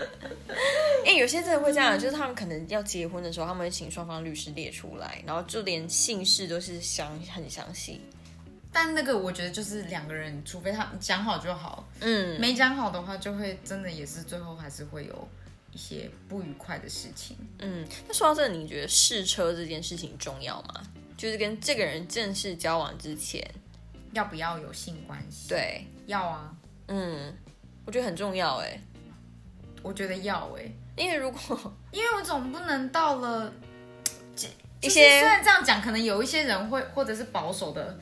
Speaker 2: 哎、有些真的会这样，就是他们可能要结婚的时候，他们会请双方律师列出来，然后就连姓氏都是详很详细。
Speaker 3: 但那个我觉得就是两个人，除非他们讲好就好，
Speaker 2: 嗯，
Speaker 3: 没讲好的话，就会真的也是最后还是会有一些不愉快的事情。
Speaker 2: 嗯，那说到这，你觉得试车这件事情重要吗？就是跟这个人正式交往之前，
Speaker 3: 要不要有性关系？，
Speaker 2: 对，
Speaker 3: 要啊，
Speaker 2: 嗯，我觉得很重要哎，
Speaker 3: 我觉得要哎、
Speaker 2: 因为如果
Speaker 3: 因为我总不能到了。
Speaker 2: 一
Speaker 3: 就是
Speaker 2: 些
Speaker 3: 虽然这样讲，可能有一些人会，或者是保守的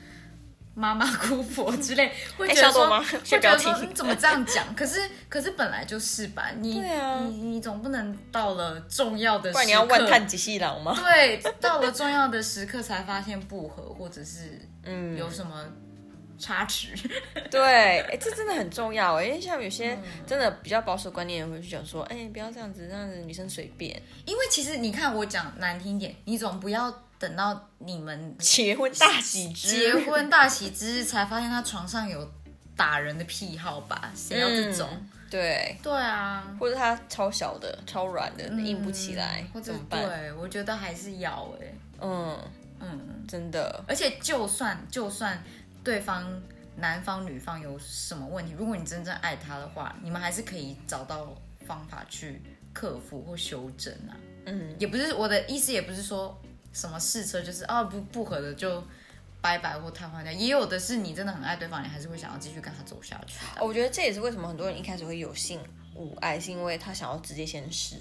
Speaker 3: 妈妈、姑婆之 类，会
Speaker 2: 哎
Speaker 3: 觉得
Speaker 2: 小朵
Speaker 3: 说，
Speaker 2: 吗
Speaker 3: 会觉
Speaker 2: 先不要
Speaker 3: 得说嗯
Speaker 2: 听
Speaker 3: 你怎么这样讲？可是，可是本来就是吧，你、
Speaker 2: 对啊
Speaker 3: 你你总不能到了重要的时刻，
Speaker 2: 不然你要万叹几细郎吗？
Speaker 3: 对，到了重要的时刻才发现不合，或者是
Speaker 2: 嗯，
Speaker 3: 有什么差池。
Speaker 2: 对，哎、这真的很重要哎，因为像有些
Speaker 3: 嗯
Speaker 2: 真的比较保守观念的人会去讲说，哎、不要这样子，这样子女生随便
Speaker 3: 因为其实你看，我讲难听点，你总不要等到你们
Speaker 2: 结婚大喜
Speaker 3: 结
Speaker 2: 之
Speaker 3: 婚大喜之日才发现他床上有打人的癖好吧？谁要这种？
Speaker 2: 嗯对，
Speaker 3: 对啊，
Speaker 2: 或者他超小的、超软的，硬不起来，
Speaker 3: 嗯或者
Speaker 2: 怎么办？
Speaker 3: 对，我觉得还是要哎、
Speaker 2: 嗯，
Speaker 3: 嗯，
Speaker 2: 真的，
Speaker 3: 而且就算就算对方男方女方有什么问题，如果你真正爱他的话，你们还是可以找到方法去克服或修正啊。
Speaker 2: 嗯，
Speaker 3: 也不是我的意思，也不是说什么试车就是啊不不合的就拜拜或瘫痪掉，也有的是你真的很爱对方，你还是会想要继续跟他走下去的。
Speaker 2: 我觉得这也是为什么很多人一开始会有性无爱，是因为他想要直接先试，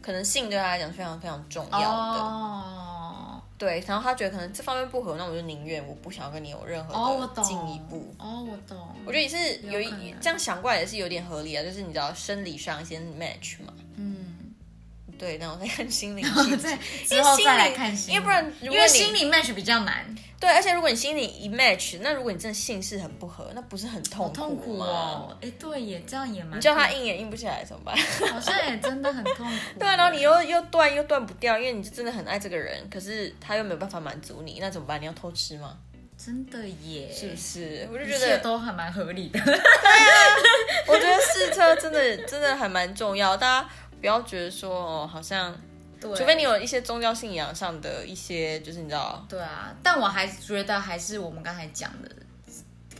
Speaker 2: 可能性对他来讲是非常非常重要的。
Speaker 3: 哦
Speaker 2: 对，然后他觉得可能这方面不合，那我就宁愿我不想要跟你有任
Speaker 3: 哦，我
Speaker 2: 何的
Speaker 3: 懂。
Speaker 2: 进一步。
Speaker 3: 哦，我懂。
Speaker 2: 我觉得也是有
Speaker 3: 有可
Speaker 2: 一
Speaker 3: 能
Speaker 2: 这样想过来也是有点合理啊，就是你知道生理上先 match 嘛，
Speaker 3: 嗯，
Speaker 2: 对，然后再看心灵气质，
Speaker 3: 对，
Speaker 2: 因
Speaker 3: 之
Speaker 2: 为
Speaker 3: 后
Speaker 2: 心
Speaker 3: 再来
Speaker 2: 理
Speaker 3: 看心理，
Speaker 2: 因为不然如
Speaker 3: 因
Speaker 2: 果
Speaker 3: 为
Speaker 2: 你
Speaker 3: 心理 match 比较难，
Speaker 2: 对，而且如果你心里一 match，那如果你真的性事很不合，那不是很痛
Speaker 3: 好痛苦
Speaker 2: 吗？
Speaker 3: 哦。哎，对耶，这样也蛮。
Speaker 2: 你叫他硬也硬不起来怎么办？
Speaker 3: 好像也真的很痛苦。
Speaker 2: 对啊，然后你又又断又断不掉，因为你就真的很爱这个人，可是他又没有办法满足你，那怎么办？你要偷吃吗？
Speaker 3: 真的耶，
Speaker 2: 是不是？我就
Speaker 3: 一
Speaker 2: 觉
Speaker 3: 切
Speaker 2: 得
Speaker 3: 都还蛮合 理的。
Speaker 2: 我觉得试车真的真的还蛮重要，大家不要觉得说哦，好像
Speaker 3: 对，啊
Speaker 2: 除非你有一些宗教信仰上的一些，就是你知道，
Speaker 3: 对啊，但我还觉得还是我们刚才讲的，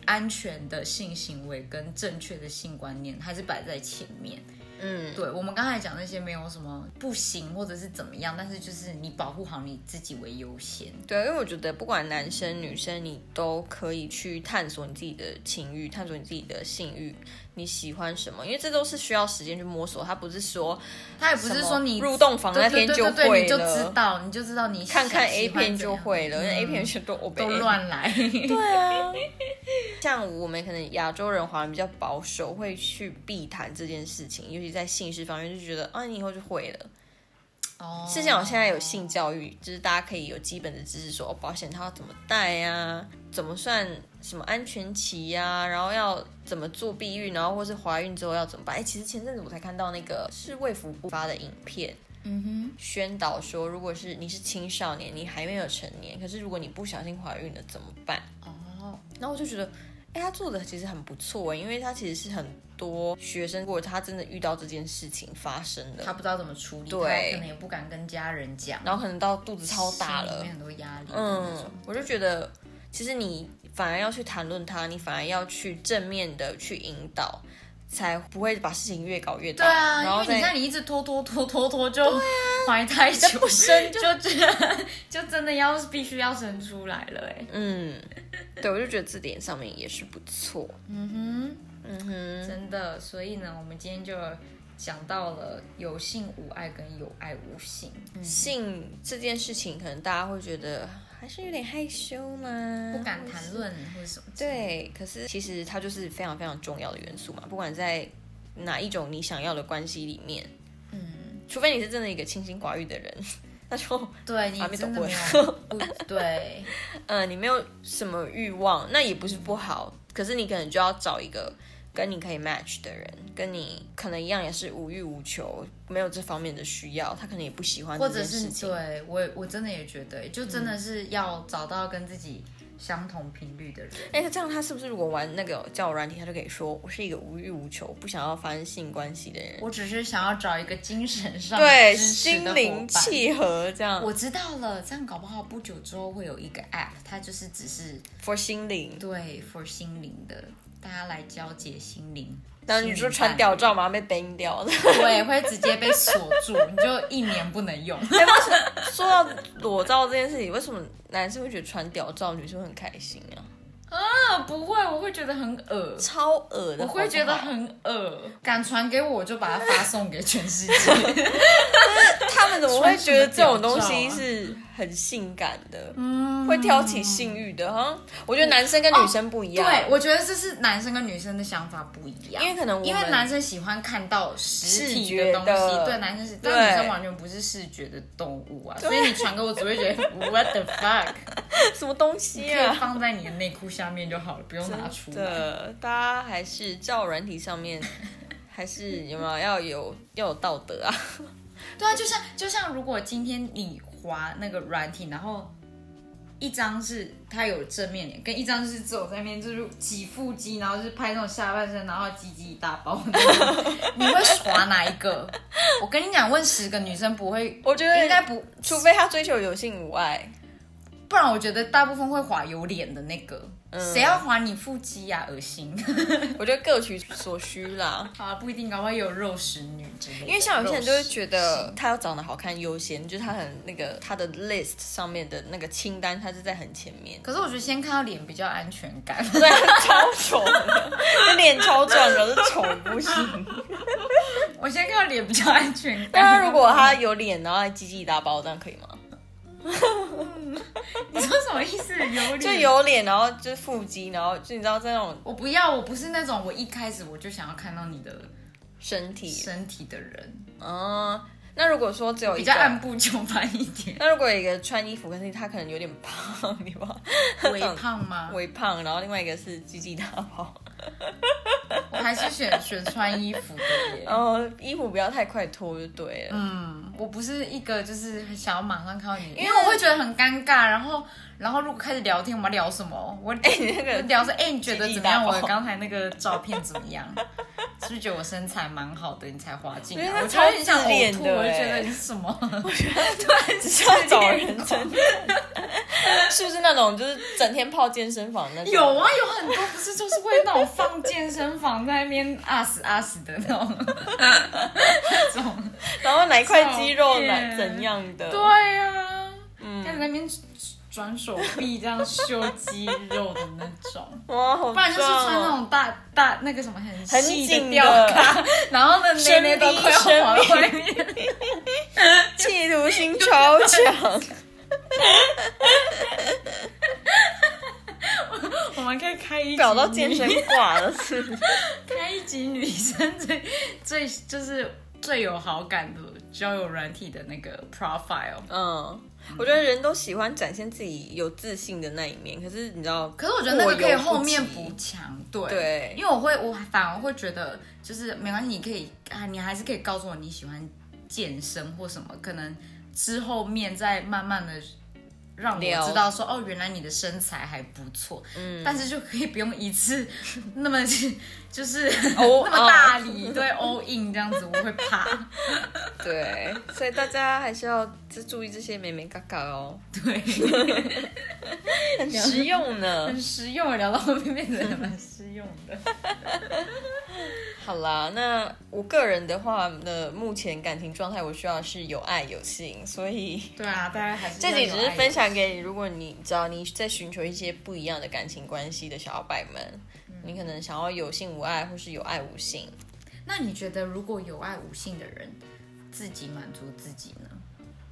Speaker 3: 安全的性行为跟正确的性观念还是摆在前面。
Speaker 2: 嗯，
Speaker 3: 对我们刚才讲那些没有什么不行或者是怎么样，但是就是你保护好你自己为优先。
Speaker 2: 对，因为我觉得不管男生女生，你都可以去探索你自己的情欲，探索你自己的性欲，你喜欢什么，因为这都是需要时间去摸索，它不是说
Speaker 3: 他也不是说你
Speaker 2: 入洞房那天
Speaker 3: 对
Speaker 2: 就
Speaker 3: 对对对
Speaker 2: 会
Speaker 3: 你就知
Speaker 2: 了，
Speaker 3: 道，你就知道你
Speaker 2: 看看
Speaker 3: 喜
Speaker 2: A
Speaker 3: 喜欢
Speaker 2: 片就
Speaker 3: 怎样
Speaker 2: 会了，因为 A
Speaker 3: 嗯
Speaker 2: 片全都欧北
Speaker 3: 都 乱 来。
Speaker 2: 对啊，像我们可能亚洲人华人比较保守，会去避谈这件事情，尤其在性事方面，就觉得啊，你以后就会了。
Speaker 3: 哦，
Speaker 2: 事情好，现在有性教育，就是大家可以有基本的知识说，哦、保险套要怎么戴呀、怎么算什么安全期呀、然后要怎么做避孕，然后或是怀孕之后要怎么办。哎，其实前阵子我才看到那个是卫福部发的影片，
Speaker 3: 嗯哼。
Speaker 2: 宣导说，如果是你是青少年，你还没有成年，可是如果你不小心怀孕了怎么办？
Speaker 3: 哦，
Speaker 2: 然后我就觉得，哎，他做的其实很不错，欸因为他其实是很多学生，如果他真的遇到这件事情发生
Speaker 3: 他
Speaker 2: 的，
Speaker 3: 不知道怎么处理，
Speaker 2: 对
Speaker 3: 他可能也不敢跟家人讲，
Speaker 2: 然后可能到肚子超大
Speaker 3: 心里
Speaker 2: 了
Speaker 3: 面，很多压力的那
Speaker 2: 嗯
Speaker 3: 种。，
Speaker 2: 我就觉得，其实你反而要去谈论它，你反而要去正面的去引导，才不会把事情越搞越大。
Speaker 3: 对啊，
Speaker 2: 然后
Speaker 3: 因为你
Speaker 2: 再
Speaker 3: 看你一直拖拖拖拖拖就怀太久，
Speaker 2: 生
Speaker 3: 就 觉得就真的要必须要生出来了哎。
Speaker 2: 嗯，对，我就觉得字典上面也是不错。
Speaker 3: 嗯
Speaker 2: 嗯哼
Speaker 3: 哼，，真的，所以呢，我们今天就讲到了有性无爱跟有爱无性，
Speaker 2: 嗯性这件事情，可能大家会觉得还是有点害羞嘛，
Speaker 3: 不敢谈论或者什么。，
Speaker 2: 对，可是其实它就是非常非常重要的元素嘛，不管在哪一种你想要的关系里面，
Speaker 3: 嗯，
Speaker 2: 除非你是真的一个清心寡欲的人， 那就
Speaker 3: 对你
Speaker 2: 还没
Speaker 3: 真的
Speaker 2: 懂
Speaker 3: 没 有不对，
Speaker 2: 呃你没有什么欲望，那也不是不好，可是你可能就要找一个跟你可以 match 的人，跟你可能一样也是无欲无求，没有这方面的需要，他可能也不喜欢
Speaker 3: 或
Speaker 2: 这
Speaker 3: 者
Speaker 2: 件
Speaker 3: 是
Speaker 2: 事情。嗯
Speaker 3: 对我，我真的也觉得，就真的是要找到跟自己相同频率的人。
Speaker 2: 哎，那这样他是不是如果玩那个交友软体，他就可以说我是一个无欲无求、不想要发生性关系的人？
Speaker 3: 我只是想要找一个精神上
Speaker 2: 对，
Speaker 3: 支持的
Speaker 2: 心
Speaker 3: 伙
Speaker 2: 灵
Speaker 3: 伴。
Speaker 2: 契合这样
Speaker 3: 我知道了，这样搞不好不久之后会有一个 app，它就是只是
Speaker 2: ，for 心灵。
Speaker 3: 对 for 心灵的，大家来交接心灵。
Speaker 2: 然后你说穿
Speaker 3: 吊
Speaker 2: 吊照嘛，被 ban 掉的。
Speaker 3: 对，会直接被锁住，你就一年不能 用。
Speaker 2: 说到裸照这件事情，为什么男生会觉得穿吊照女生会很开心啊？
Speaker 3: 呃不会，我会觉得很恶
Speaker 2: 超恶的，
Speaker 3: 我会觉得
Speaker 2: 好不好
Speaker 3: 很恶敢传给我，我就把它发送给全世界。
Speaker 2: 他们怎么会觉得这种东
Speaker 3: 穿什
Speaker 2: 西
Speaker 3: 么
Speaker 2: 是很性感的，
Speaker 3: 嗯，
Speaker 2: 会挑起性欲的哈？我觉得男生跟女生不一样，
Speaker 3: 对，我觉得这是男生跟女生的想法不一样，
Speaker 2: 因为可能我们
Speaker 3: 因为男生喜欢看到实体
Speaker 2: 视觉
Speaker 3: 东
Speaker 2: 的
Speaker 3: 西，对男生是，
Speaker 2: 对
Speaker 3: 但女生完全不是视觉的动物啊，所以你传给我只会觉得 what the fuck，
Speaker 2: 什么东西
Speaker 3: 可
Speaker 2: 啊
Speaker 3: 以？放在你的内裤下面就好了，不用拿出来。
Speaker 2: 的，大家还是照软体 上面，还是有没有要有要有道德啊？
Speaker 3: 对啊，就像就像如果今天你滑那个软体，然后。一张是它有正面脸，跟一张就是只有在那边就是挤腹肌，然后就是拍那种下半身，然后鸡鸡一大包。你会滑哪一个？我跟你讲，问十个女生不会
Speaker 2: 我觉得
Speaker 3: 应该不，
Speaker 2: 除非他追求有性无爱，
Speaker 3: 不然我觉得大部分会滑有脸的那个，
Speaker 2: 嗯
Speaker 3: 谁要滑你腹肌呀、恶心！
Speaker 2: 我觉得各取所需啦。
Speaker 3: 啊，不一定，搞不好也有肉食女之类的。
Speaker 2: 因为像有些人就会觉
Speaker 3: 肉
Speaker 2: 得
Speaker 3: 食
Speaker 2: 他要长得好看优先，就是他很那个他的 list 上面的那个清单，他是在很前面。
Speaker 3: 可是我觉得先看到脸比较安全感。
Speaker 2: 对，超丑的， 那脸超壮，可是丑不 行。
Speaker 3: 我先看到脸比较安全 感。
Speaker 2: 但他如果他有脸，然后还鸡鸡大包，这样可以吗？
Speaker 3: 嗯你说什么意思？有脸
Speaker 2: 就有脸，然后就是腹肌，然后就你知道在那种
Speaker 3: 我不要，我不是那种我一开始我就想要看到你的
Speaker 2: 身体，
Speaker 3: 身体的人，
Speaker 2: 嗯，那如果说只有
Speaker 3: 比
Speaker 2: 一
Speaker 3: 较按
Speaker 2: 个，
Speaker 3: 部就班一 点。
Speaker 2: 那如果有一个穿衣服，可是他可能有点胖，对吧？
Speaker 3: 微胖吗？
Speaker 2: 微胖，然后另外一个是鸡鸡大包，
Speaker 3: 我还是选选穿衣服的耶。
Speaker 2: 然后衣服不要太快脱就对 了。
Speaker 3: 嗯，我不是一个就是想要马上看到你，因
Speaker 2: 因
Speaker 3: 为
Speaker 2: 为
Speaker 3: 我会觉得很尴尬。然后，然后如果开始聊天，我们要聊什么？我 哎、
Speaker 2: 你那个
Speaker 3: 聊说，哎、你觉得怎么样？
Speaker 2: 鸡鸡 大
Speaker 3: 我
Speaker 2: 包
Speaker 3: 刚才那个照片怎么样？是不是觉得我身材蛮好的，你才滑进来？
Speaker 2: 我觉得
Speaker 3: 我
Speaker 2: 那
Speaker 3: 觉得你想
Speaker 2: 超
Speaker 3: 呕
Speaker 2: 自恋
Speaker 3: 吐，
Speaker 2: 的
Speaker 3: 我就觉得
Speaker 2: 哎
Speaker 3: 你是什么？
Speaker 2: 只是要找人 真的，是不是那种就是整天泡健身房那种？
Speaker 3: 有啊，有很多不是就是会那种放健身房在那边啊死啊死的那种， 那种
Speaker 2: 然后哪一块肌肉
Speaker 3: 照
Speaker 2: 哪
Speaker 3: 片
Speaker 2: 怎样的？
Speaker 3: 对啊，开始在那边转手臂这样秀肌肉的那种，
Speaker 2: 哇，好
Speaker 3: 不然就是穿那
Speaker 2: 壮哦
Speaker 3: 种大大那个什么很
Speaker 2: 很
Speaker 3: 细
Speaker 2: 紧
Speaker 3: 吊
Speaker 2: 的，
Speaker 3: 然后呢内内都快要往外面，
Speaker 2: 企图心超 强。
Speaker 3: 我们可以开 一集
Speaker 2: 搞到
Speaker 3: 女
Speaker 2: 健身 挂了是不是？
Speaker 3: 开一集女生最最就是最有好感的交友软体的那个 profile。
Speaker 2: 嗯，我觉得人都喜欢展现自己有自信的那一面，可是你知道，
Speaker 3: 可是我觉得那个可以后面
Speaker 2: 过犹
Speaker 3: 补
Speaker 2: 不及
Speaker 3: 强，对
Speaker 2: 对
Speaker 3: 因为我会，我反而会觉得就是没关系，你可以啊，你还是可以告诉我你喜欢健身或什么，可能之后面再慢慢的让我
Speaker 2: 聊
Speaker 3: 知道说哦，原来你的身材还不错，嗯，但是就可以不用一次 那么就是
Speaker 2: 哦
Speaker 3: 那么大力，对，all in 这样子，我会怕，
Speaker 2: 对， 所以大家还是要就注意这些美美嘎嘎哦，
Speaker 3: 对，
Speaker 2: 很实 用呢
Speaker 3: 很。实用，聊到后面变得蛮实用的。
Speaker 2: 好啦，那我个人的话呢，目前感情状态我需要是有爱有性，所以
Speaker 3: 对啊，大家还是
Speaker 2: 这
Speaker 3: 要
Speaker 2: 集
Speaker 3: 有
Speaker 2: 只是
Speaker 3: 爱
Speaker 2: 分
Speaker 3: 有
Speaker 2: 享给你，如果你知道你在寻求一些不一样的感情关系的小伙伴们，你可能想要有性无爱，或是有爱无性。
Speaker 3: 那你觉得如果有爱无性的人，自己满足自己呢？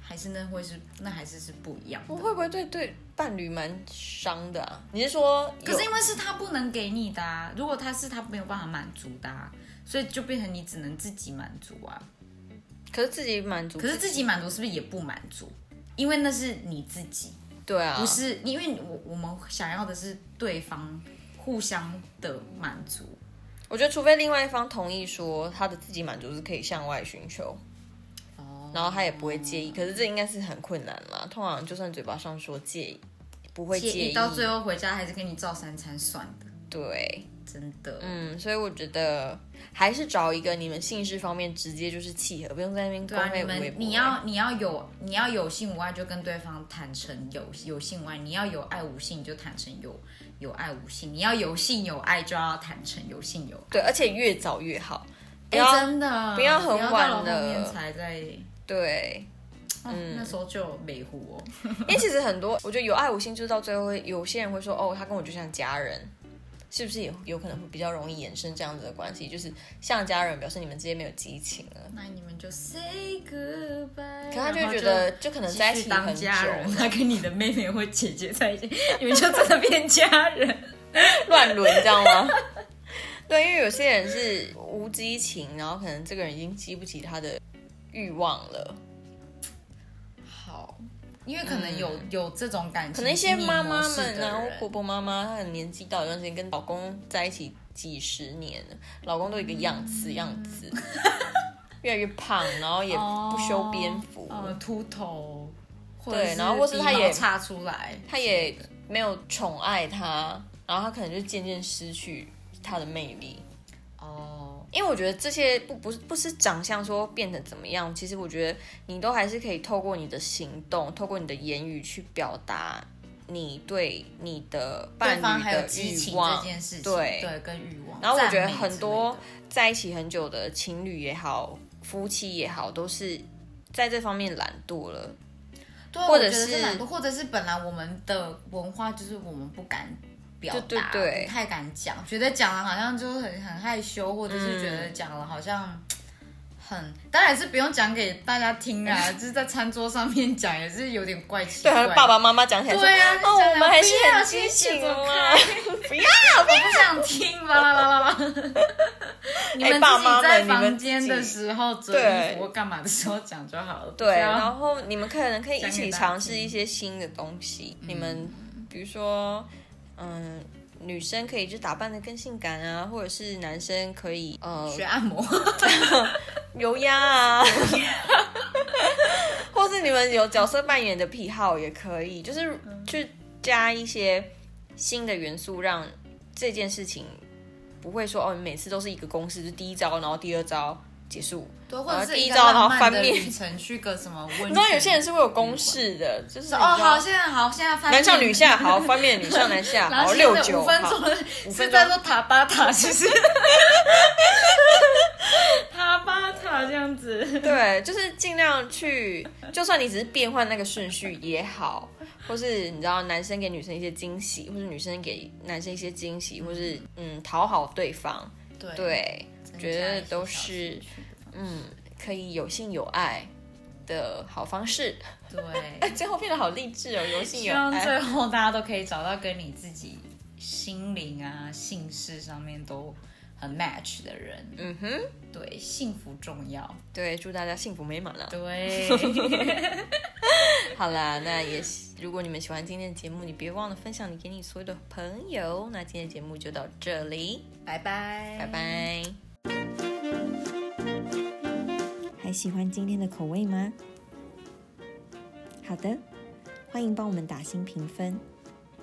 Speaker 3: 还是那会是那还是是不一样的
Speaker 2: 我？会不会对对伴侣蛮伤的啊？你是说有，
Speaker 3: 可是因为是他不能给你的、啊，如果他是他没有办法满足的、啊，所以就变成你只能自己满足啊。
Speaker 2: 可是自己满足，
Speaker 3: 可是自己满足是不是也不满足？因为那是你自己，
Speaker 2: 对啊，
Speaker 3: 不是因为我我们想要的是对方互相的满足。
Speaker 2: 我觉得除非另外一方同意说他的自己满足是可以向外寻求，
Speaker 3: 哦，
Speaker 2: 然后他也不会介意。可是这应该是很困难啦，通常就算嘴巴上说介意，不会
Speaker 3: 介
Speaker 2: 介
Speaker 3: 意到最后回家还是跟你照三餐算的，
Speaker 2: 对，
Speaker 3: 真的。
Speaker 2: 嗯，所以我觉得还是找一个你们性事方面直接就是契合，不用在那边
Speaker 3: 对啊，
Speaker 2: 公
Speaker 3: 你
Speaker 2: 费无微
Speaker 3: 们
Speaker 2: 不
Speaker 3: 你
Speaker 2: 微
Speaker 3: 要你要有你要有性无爱，就跟对方坦诚有有性无爱；你要有爱无性，你就坦诚有有爱无性；你要有性有爱，就要坦诚有性有爱。
Speaker 2: 对，而且越早越好，不
Speaker 3: 哎、
Speaker 2: 要、
Speaker 3: 真的
Speaker 2: 不要很
Speaker 3: 不到了
Speaker 2: 晚了嗯
Speaker 3: 后面才在，
Speaker 2: 对。
Speaker 3: 哦那时候就美糊哦。
Speaker 2: 因为其实很多，我觉得有爱无心，就是到最后会有些人会说，哦，他跟我就像家人，是不是也有可能会比较容易衍生这样子的关系？就是像家人，表示你们之间没有激情了。
Speaker 3: 那你们就 say goodbye，
Speaker 2: 可他
Speaker 3: 然
Speaker 2: 就会
Speaker 3: 后
Speaker 2: 觉得就可能在一
Speaker 3: 继续
Speaker 2: 起
Speaker 3: 当
Speaker 2: 很久，
Speaker 3: 家人，他跟你的妹妹或姐姐在一起，你们就真的变家人。
Speaker 2: 乱伦，你知道吗？ 对，因为有些人是无激情，然后可能这个人已经激不起他的欲望了。
Speaker 3: 好，因为可能有、有这种感情，
Speaker 2: 嗯可能一些妈妈们
Speaker 3: 呢
Speaker 2: 啊，或婆婆妈妈，她很年纪到一段时间，跟老公在一起几十年了，老公都一个样
Speaker 3: 嗯
Speaker 2: 子样子，越来越胖，然后也不修边幅，
Speaker 3: 呃，秃头，或者
Speaker 2: 嗯对然后或是
Speaker 3: 鼻
Speaker 2: 他也
Speaker 3: 毛插出来，
Speaker 2: 她也没有宠爱他，然后她可能就渐渐失去她的魅力。
Speaker 3: 哦，
Speaker 2: 因为我觉得这些不不是不是长相说变得怎么样，其实我觉得你都还是可以透过你的行动，透过你的言语去表达你对你的伴
Speaker 3: 对
Speaker 2: 侣
Speaker 3: 方还有
Speaker 2: 的
Speaker 3: 激
Speaker 2: 欲
Speaker 3: 情
Speaker 2: 望
Speaker 3: 这。件事情，
Speaker 2: 对
Speaker 3: 对，跟欲望。
Speaker 2: 然后我觉得
Speaker 3: 赞美之类
Speaker 2: 很多
Speaker 3: 的
Speaker 2: 在一起很久的情侣也好，夫妻也好，都是在这方面懒惰了。
Speaker 3: 对，
Speaker 2: 或者
Speaker 3: 我觉得
Speaker 2: 是
Speaker 3: 是懒惰，或者是本来我们的文化就是我们不敢表达，
Speaker 2: 对对对
Speaker 3: 不太敢讲，觉得讲了好像就很很害羞，或者是觉
Speaker 2: 嗯
Speaker 3: 得讲了好像很，当然是不用讲给大家听 啊，就是在餐桌上面讲也是有点怪奇
Speaker 2: 对，
Speaker 3: 怪。
Speaker 2: 还有爸爸妈妈讲起来说，
Speaker 3: 对啊，
Speaker 2: 哦，我们还是很
Speaker 3: 清
Speaker 2: 清
Speaker 3: 醒
Speaker 2: 醒
Speaker 3: 的，
Speaker 2: 啊，不要。
Speaker 3: 我不想听，巴拉巴拉巴 拉。你哎们
Speaker 2: 爸
Speaker 3: 自
Speaker 2: 妈
Speaker 3: 己在
Speaker 2: 们你们
Speaker 3: 房间
Speaker 2: 自己
Speaker 3: 的时候折
Speaker 2: 对
Speaker 3: 衣服或干嘛的时候讲就好了。
Speaker 2: 对，
Speaker 3: 不要
Speaker 2: 然后你们可能可以一
Speaker 3: 啊讲
Speaker 2: 起
Speaker 3: 给大家
Speaker 2: 尝试一些新的东西。你们比如说，嗯，女生可以就打扮的更性感啊，或者是男生可以呃
Speaker 3: 学按摩。
Speaker 2: 油压啊，或是你们有角色扮演的癖好也可以，就是去加一些新的元素，让这件事情不会说哦，你每次都是一个公式，就第一招，然后第二招结束。
Speaker 3: 对，或者是一个
Speaker 2: 然后第一招然后
Speaker 3: 浪漫
Speaker 2: 翻
Speaker 3: 的
Speaker 2: 面
Speaker 3: 旅程去个什么温泉。
Speaker 2: 你知道有些人是会有公式的，就是
Speaker 3: 哦，
Speaker 2: 你知道
Speaker 3: 好，现在好，现在翻
Speaker 2: 男上
Speaker 3: 面
Speaker 2: 女，下好， 翻面女上男下
Speaker 3: 然
Speaker 2: 好，
Speaker 3: 后
Speaker 2: 六
Speaker 3: 现在
Speaker 2: 九
Speaker 3: 五分钟
Speaker 2: 好，
Speaker 3: 是在说塔巴塔，其 实塔巴塔这样子。
Speaker 2: 对，就是尽量去，就算你只是变换那个顺序也好，或是你知道男生给女生一些惊喜，或是女生给男生一些惊喜，或是嗯讨好对方，
Speaker 3: 对，
Speaker 2: 对，
Speaker 3: 增加一
Speaker 2: 觉
Speaker 3: 些
Speaker 2: 得都
Speaker 3: 小
Speaker 2: 是
Speaker 3: 兴趣
Speaker 2: 嗯可以有性有爱的好方式。
Speaker 3: 对。
Speaker 2: 最后变得好励志哦，有性
Speaker 3: 希
Speaker 2: 有
Speaker 3: 望最
Speaker 2: 爱。
Speaker 3: 后大家都可以找到跟你自己心灵啊、性事上面都很 match 的人。
Speaker 2: 嗯哼，
Speaker 3: 对，幸福重要。
Speaker 2: 对，祝大家幸福美满啦！
Speaker 3: 对，
Speaker 2: 好啦，那也如果你们喜欢今天的节目，你别忘了分享你给你所有的朋友。那今天的节目就到这里，
Speaker 3: 拜拜，
Speaker 2: 拜。拜。
Speaker 1: 还喜欢今天的口味吗？好的，欢迎帮我们打新评分。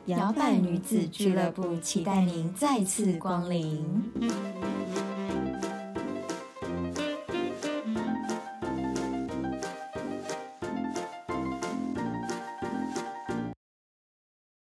Speaker 1: 摇摆女子俱乐部期待您再次光临。